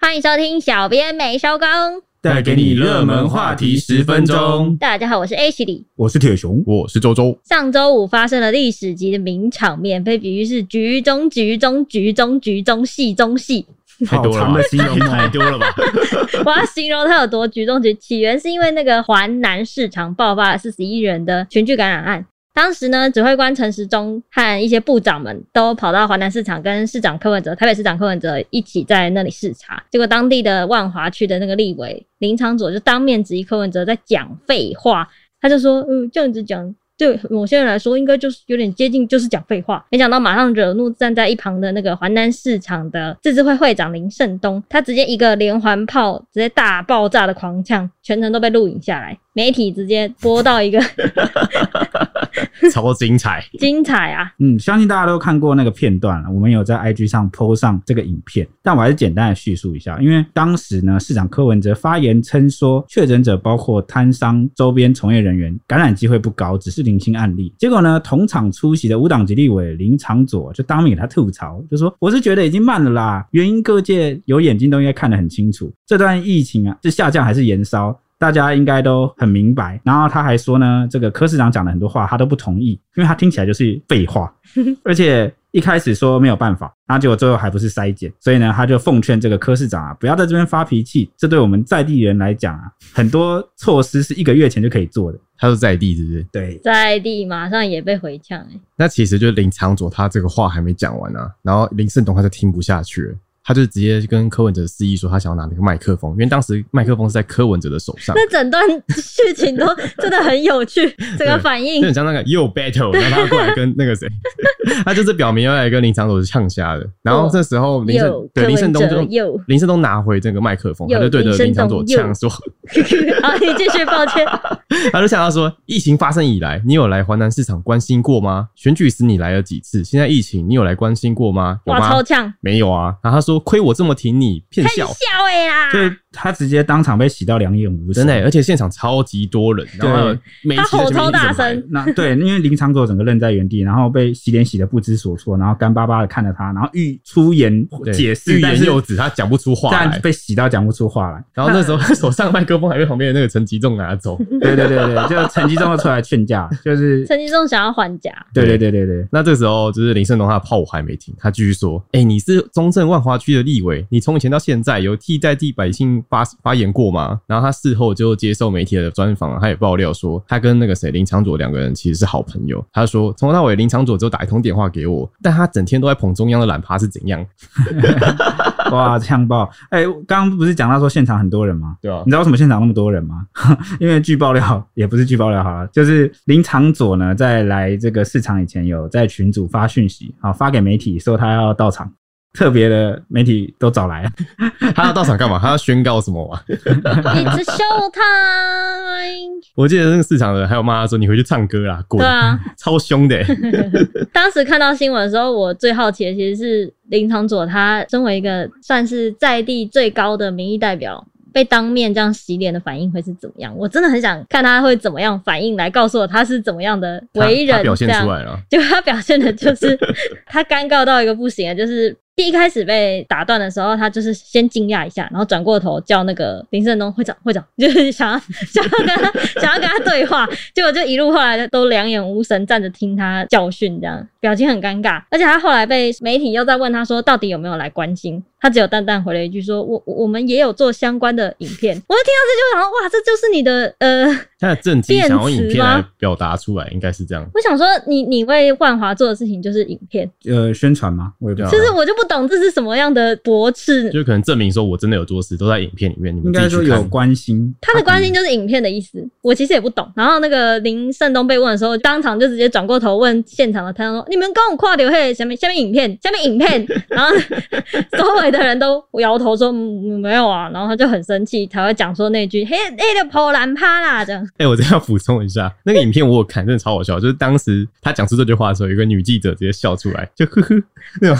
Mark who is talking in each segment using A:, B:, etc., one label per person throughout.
A: 欢迎收听《小编没收工》。
B: 带给你热门话题十分钟。
A: 大家好，我是 H 李。
C: 我是铁熊，
B: 我是周周，
A: 上周五发生了历史级的名场面，被比喻是局中局中局中局中戏中戏。
B: 太多了
C: 好长
B: 吧
C: 的形容
B: 太多了吧？
A: 我要形容它有多局中局。起源是因为那个华南市场爆发了四十一人的群聚感染案。当时呢，指挥官陈时中和一些部长们都跑到华南市场，跟市长柯文哲、台北市长柯文哲一起在那里视察。结果当地的万华区的那个立委林长佐就当面质疑柯文哲在讲废话，他就说：“嗯，这样子讲，对某些人来说，应该就是有点接近，就是讲废话。”没想到马上惹怒站在一旁的那个华南市场的自治会会长林胜东，他直接一个连环炮，直接大爆炸的狂呛，全程都被录影下来，媒体直接播到一个
B: 超精彩，
A: 精彩啊！
C: 嗯，相信大家都看过那个片段啊了。我们有在 IG 上 PO 上这个影片，但我还是简单的叙述一下。因为当时呢，市长柯文哲发言称说，确诊者包括摊商、周边从业人员，感染机会不高，只是零星案例。结果呢，同场出席的无党籍立委林长佐就当面给他吐槽，就说：“我是觉得已经慢了啦，原因各界有眼睛都应该看得很清楚，这段疫情啊，是下降还是延烧？”大家应该都很明白，然后他还说呢，这个柯市长讲的很多话他都不同意，因为他听起来就是废话。 而且一开始说没有办法，然后结果最后还不是筛检，所以呢，他就奉劝这个柯市长啊，不要在这边发脾气，这对我们在地人来讲啊，很多措施是一个月前就可以做的。
B: 他是在地是不是？
C: 对，
A: 在地马上也被回呛、欸，
B: 那其实就是林长佐他这个话还没讲完啊，然后林胜东他就听不下去了，他就直接跟柯文哲示意说他想要拿那个麦克风，因为当时麦克风是在柯文哲的手上，
A: 那整段事情都真的很有趣，整个反应
B: 就很像那个又 battle，然后他过来跟那个谁， 他就是表明要来跟林长佐呛下的，然后这时候林
A: 又
B: 胜对
A: 柯
B: 林胜
A: 文
B: 东
A: 哲
B: 就。
A: 又
B: 林胜东拿回这个麦克风，
A: 又
B: 他就对着林长佐
A: 林胜东
B: 呛说：“
A: 好，你继续，抱歉，
B: 他就想到说，疫情发生以来，你有来华南市场关心过吗？选举时你来了几次？现在疫情，你有来关心过吗？有
A: 哇，超
B: 吗？
A: 呛，
B: 没有啊。然后他说，亏我这么挺你，骗
A: 喷
B: 笑。
A: 笑哎啦，
C: 所以他直接当场被洗到两眼无神。
B: 真的欸、而且现场超级多人，然后每一
A: 他
B: 集
A: 吼超大声，
C: 那对，因为林长佐整个愣在原地，然后被洗脸洗得不知所措，然后干巴巴的看着他，然后欲出言解释，
B: 欲
C: 但
B: 言
C: 是
B: 又止，他讲不出话
C: 但
B: 来。
C: 被洗到讲不出话 来。
B: 然后 那时候他手上麦克风还被旁边的那个陈吉仲拿走。
C: 对对对对，就陈吉仲出来劝架， 就是
A: 陈吉仲想要还价，
C: 对对对对对，
B: 那这时候就是林胜龙他的炮我还没停，他继续说：“哎、你是中正万华区的立委，你从以前到现在有替代地百姓发发言过吗？”然后他事后就接受媒体的专访，他也爆料说，他跟那个谁林长佐两个人其实是好朋友。他说，从头到尾林长佐只有打一通电话给我，但他整天都在捧中央的懒趴是怎样？
C: 哇，呛爆！哎、刚刚不是讲到说现场很多人吗？
B: 对啊
C: 你，知道为什么现场那么多人吗？ 因为据爆料，也不是据爆料好了，就是林长佐呢，在来这个市场以前，有在群组发讯息，啊，发给媒体说他要到场，特别的媒体都找来了，
B: 他要到场干嘛？他要宣告什么啊？
A: It's show time！
B: 我记得那个市场的人还有骂他说：“你回去唱歌啦，滚
A: 哎对！”啊，
B: 超凶的、欸，
A: 当时看到新闻的时候，我最好奇的其实是林长佐，他身为一个算是在地最高的民意代表，被当面这样洗脸的反应会是怎么样？我真的很想看他会怎么样反应，来告诉我他是怎么样的
B: 他
A: 为
B: 他
A: 人
B: 表
A: 这
B: 现
A: 样
B: 出。来了。
A: 结果他表现的就是他尴尬到一个不行啊！就是第一开始被打断的时候，他就是先惊讶一下，然后转过头叫那个林振东会长会长， 就是想要想要跟他想要跟他对话，结果就一路后来都两眼无神，站着听他教训，这样表情很尴尬。而且他后来被媒体又在问他说到底有没有来关心。他只有淡淡回了一句说：“我我我们也有做相关的影片。”我就听到这就想说：“哇，这就是你的呃
B: 他的震惊
A: 电
B: 想用影
A: 池
B: 片
A: 吗
B: 来表达出来，应该是这样。
A: 我想说你，你为万华做的事情就是影片，
C: 呃，宣传吗？我也不知道
B: 对
A: 就
B: 啊。
A: 是我就不懂这是什么样的驳斥，
B: 就可能证明说我真的有做事，都在影片里面，你
C: 应
B: 们
C: 该
B: 自己
C: 说
B: 去看
C: 有关心，
A: 他的关心就是影片的意思，我其实也不懂。然后那个林胜东被问的时候，当场就直接转过头问现场的摊商说：“你们跟我跨流嘿，下面下面影片，下面影片。” 然后周围的人都摇头说：“嗯，没有啊。”然后他就很生气，才会讲说那句“嘿，那个破烂趴啦”这样。
B: 哎、我真的要补充一下，那个影片我有看，真的超好笑。就是当时他讲出这句话的时候，有一个女记者直接笑出来，就呵呵那种，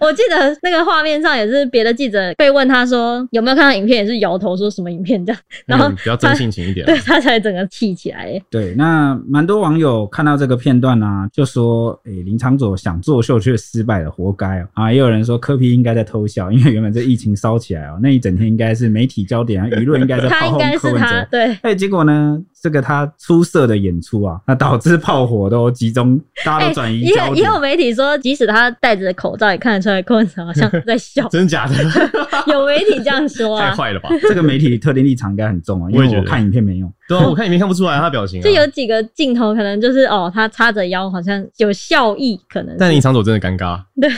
A: 我记得那个画面上也是别的记者被问他说有没有看到影片，也是摇头说什么影片这样，然后
B: 嗯比较真性情一点啊。
A: 对。他才整个气起来耶。
C: 对，那蛮多网友看到这个片段呢、啊就说：“诶、林长佐想作秀却失败了，活该哦！”啊，也有人说柯皮应该在偷笑， 因为原本这疫情烧起来哦，那一整天应该是媒体焦点啊，舆论应该 在
A: 他
C: 炮
A: 应
C: 轰
A: 该
C: 柯
A: 是
C: 文
A: 他
C: 哲。
A: 对，
C: 哎、结果呢，这个他出色的演出啊，那导致炮火都集中，大家
A: 哎
C: 都转移
A: 也
C: 焦
A: 有也
C: 点。
A: 有媒体说，即使他戴着口罩，也看得出来柯文哲好像在笑
B: 真假的？
A: 有媒体这样说
B: 太
A: 啊，
B: 坏了吧？
C: 这个媒体特定立场应该很重啊，因
B: 我也觉
C: 为
B: 得
C: 我看影片没用。
B: 对啊，我看影片看不出来啊他表情啊。
A: 就有几个镜头可能就是哦，他叉着腰，好像有笑意，可能是。
B: 但林长佐真的尴尬，
A: 对，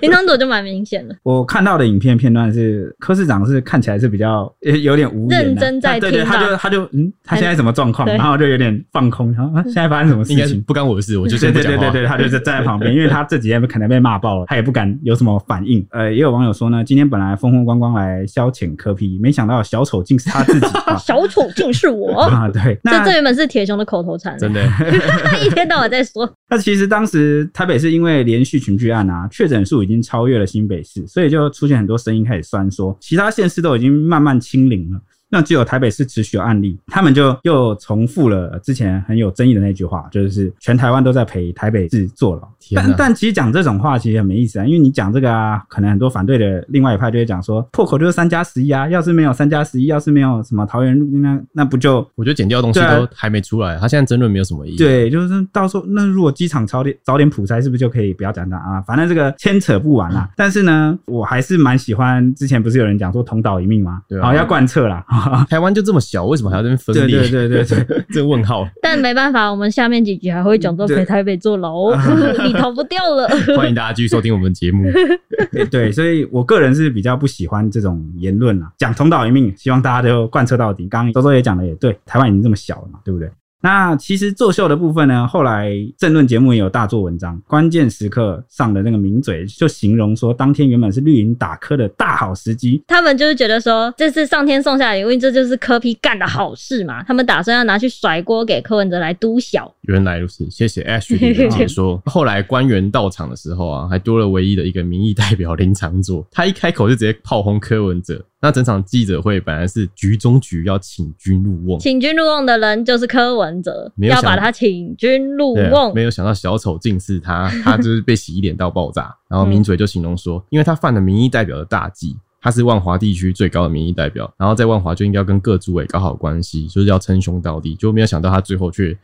A: 林长佐就蛮明显了，
C: 我看到的影片片段是柯市长是看起来是比较呃有点无言啊、
A: 认真在
C: 他对对，
A: 听吧啊
C: 他就他就嗯，他现在什么状况？
A: 对
C: 然后就有点放空，然后啊现在发生什么事
B: 应该是
C: 情？
B: 不干我的事，我就
C: 对
B: 先不
C: 对
B: 讲
C: 对
B: 话。
C: 对对，他就是站在旁 边，因为他这几天可能被骂爆了，他也不敢有什么反应。呃，也有网友说呢，今天本来风风光光来消遣柯批，没想到小丑竟是他 自己啊
A: 小丑竟是我。
C: 啊！对，
A: 哦这
C: 那
A: 这原本是铁熊的口头禅，
B: 真的
A: 他一天到晚在说，
C: 那其实当时台北市因为连续群聚案啊，确诊数已经超越了新北市，所以就出现很多声音开始酸说，其他县市都已经慢慢清零了。那只有台北市持续有案例，他们就又重复了之前很有争议的那句话，就是全台湾都在陪台北市坐牢。
B: 天啊哪
C: 但但其实讲这种话其实很没意思啊，因为你讲这个啊，可能很多反对的另外一派就会讲说，破口就是三加十一啊，要是没有三加十一，要是没有什么桃园入境，那那不就
B: 我觉得剪掉的东西
C: 对啊
B: 都还没出来，他现在争论没有什么意义。，
C: 对，就是到时候那如果机场早点早点普筛，是不是就可以不要讲它啊？反正这个牵扯不完
B: 嗯
C: 啦。但是呢，我还是蛮喜欢之前不是有人讲说同岛一命吗？
B: 对啊
C: 好要贯彻 啦。
B: 台湾就这么小，为什么还要在那边分
C: 对
B: 裂？
C: 对对对对，
B: 对， 这个问号，
A: 但没办法，我们下面几局还会讲说
C: 对啊
A: 陪台北坐牢哦， 你逃不掉了。
B: 欢迎大家继续收听我们的节目。
C: 对对，所以我个人是比较不喜欢这种言论啦。讲同岛一命，希望大家都贯彻到底。刚刚周周也讲的也对，台湾已经这么小了嘛，对不对？那其实作秀的部分呢，后来政论节目也有大做文章，关键时刻上的那个名嘴就形容说，当天原本是绿营打磕的大好时机，
A: 他们就是觉得说，这次上天送下礼物，因为这就是柯批干的好事嘛。他们打算要拿去甩锅给柯文哲来督小，
B: 原来如此，谢谢 Ashley 的解说。后来官员到场的时候啊，还多了唯一的一个民意代表林长佐，他一开口就直接炮轰柯文哲。那整场记者会本来是局中局要请君入瓮，
A: 请君入瓮的人就是柯文哲，
B: 没有
A: 要
B: 想
A: 把他请君入
B: 对啊
A: 瓮
B: 没。有想到小丑竟 是他，他就是被洗脸到爆炸。然后名嘴就形容说，因为他犯了民意代表的大忌。他是万华地区最高的民意代表，然后在万华就应该要跟各主委搞好关系，就是要称兄道弟。就没有想到他最后却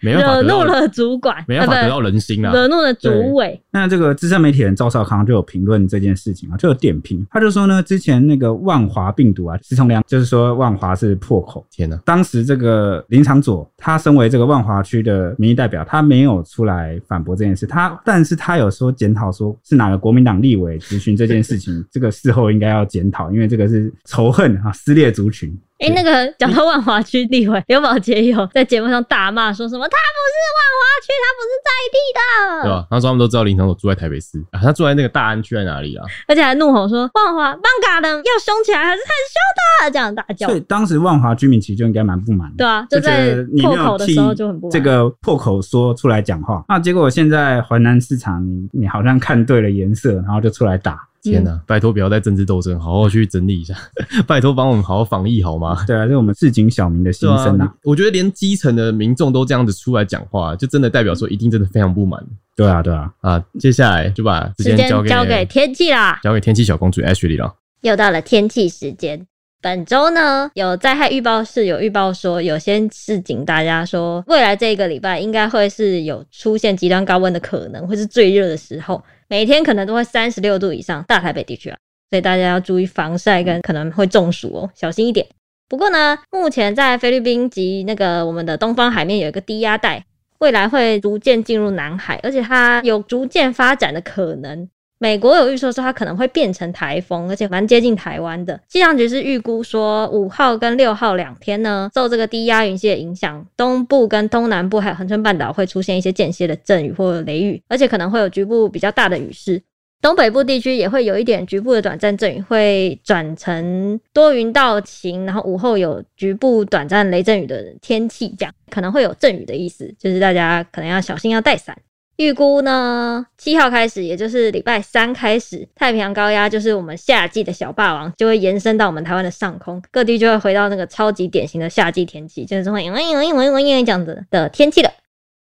B: 没办法
A: 惹
B: 得
A: 怒
B: 到，
A: 了主管，
B: 没办法
A: 啊
B: 得
A: 不
B: 到人心啊，
A: 惹怒了主委，
C: 那这个资深媒体人赵少康就有评论这件事情啊，就有点评，他就说呢，之前那个万华病毒啊，石崇良就是说万华是破口。
B: 天哪、
C: 当时这个林长佐，他身为这个万华区的民意代表，他没有出来反驳这件事，他但是他有说检讨，说是哪个国民党立委咨询这件事情，这个事后应该要检讨，因为这个是仇恨啊，撕裂族群。
A: 哎、那个讲到万华区地委，刘宝杰有在节目上大骂说什么，他不是万华区，他不是在地的，
B: 对吧？他说他们都知道林长佐住在台北市、啊，他住在那个大安区在哪里啊？
A: 而且还怒吼说万华棒嘎的要凶起来还是很凶的，啊这样大叫
C: 所。以当时万华居民其实就应该蛮不满的。
A: 对啊，
C: 就
A: 就在
C: 觉得你
A: 破
C: 没有
A: 口的
C: 替
A: 时候就很不满
C: 这个破口说出来讲话，那结果现在华南市场你你好像看对了颜色，然后就出来打，
B: 天哪、拜托不要再政治斗争，好好去整理一下， 拜托帮我们好好防疫好吗？
C: 对啊，这是我们市井小民的心
B: 对
C: 声啊
B: 啊，，我觉得连基层的民众都这样子出来讲话，就真的代表说一定真的非常不满
C: 对啊，对啊，
B: 啊！接下来就把时
A: 时
B: 间
A: 间
B: 交给
A: 交给天气啦。
B: 交给天气小公主 Ashley 了。
A: 又到了天气时间。本周呢，有灾害预报室有预报说，有些市警大家说，未来这一个礼拜应该会是有出现极端高温的可能，会是最热的时候，每天可能都会三十六度以上，大台北地区啊，所以大家要注意防晒跟可能会中暑哦，小心一点。不过呢，目前在菲律宾及那个我们的东方海面有一个低压带，未来会逐渐进入南海，而且它有逐渐发展的可能。美国有预测说它可能会变成台风，而且蛮接近台湾的。气象局是预估说，五号跟六号两天呢，受这个低压云系的影响，东部跟东南部还有恒春半岛会出现一些间歇的阵雨或雷雨，而且可能会有局部比较大的雨势。东北部地区也会有一点局部的短暂阵雨，会转成多云到晴，然后午后有局部短暂雷阵雨的天气，这样可能会有阵雨的意思，就是大家可能要小心要带伞。预估呢，七号开始，也就是礼拜三开始，太平洋高压就是我们夏季的小霸王，就会延伸到我们台湾的上空，各地就会回到那个超级典型的夏季天气，就是会嗯嗯嗯嗯嗯这样子的天气了。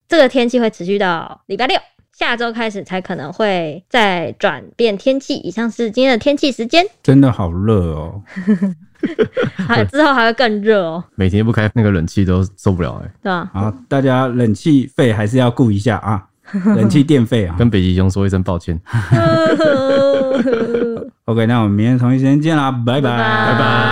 A: 这个天气会持续到礼拜六，下周开始才可能会再转变天气。以上是今天的天气时间，
C: 真的好热哦。
A: 还之后还会更热哦，
B: 每天不开那个冷气都受不了哎、
A: 对吧？
C: 好，啊大家冷气费还是要顾一下啊， 冷气电费啊。
B: 跟北极熊说一声抱歉。
C: OK，那我们明天同一时间见啦，拜
A: 拜
C: 拜，
A: 拜
B: 拜拜。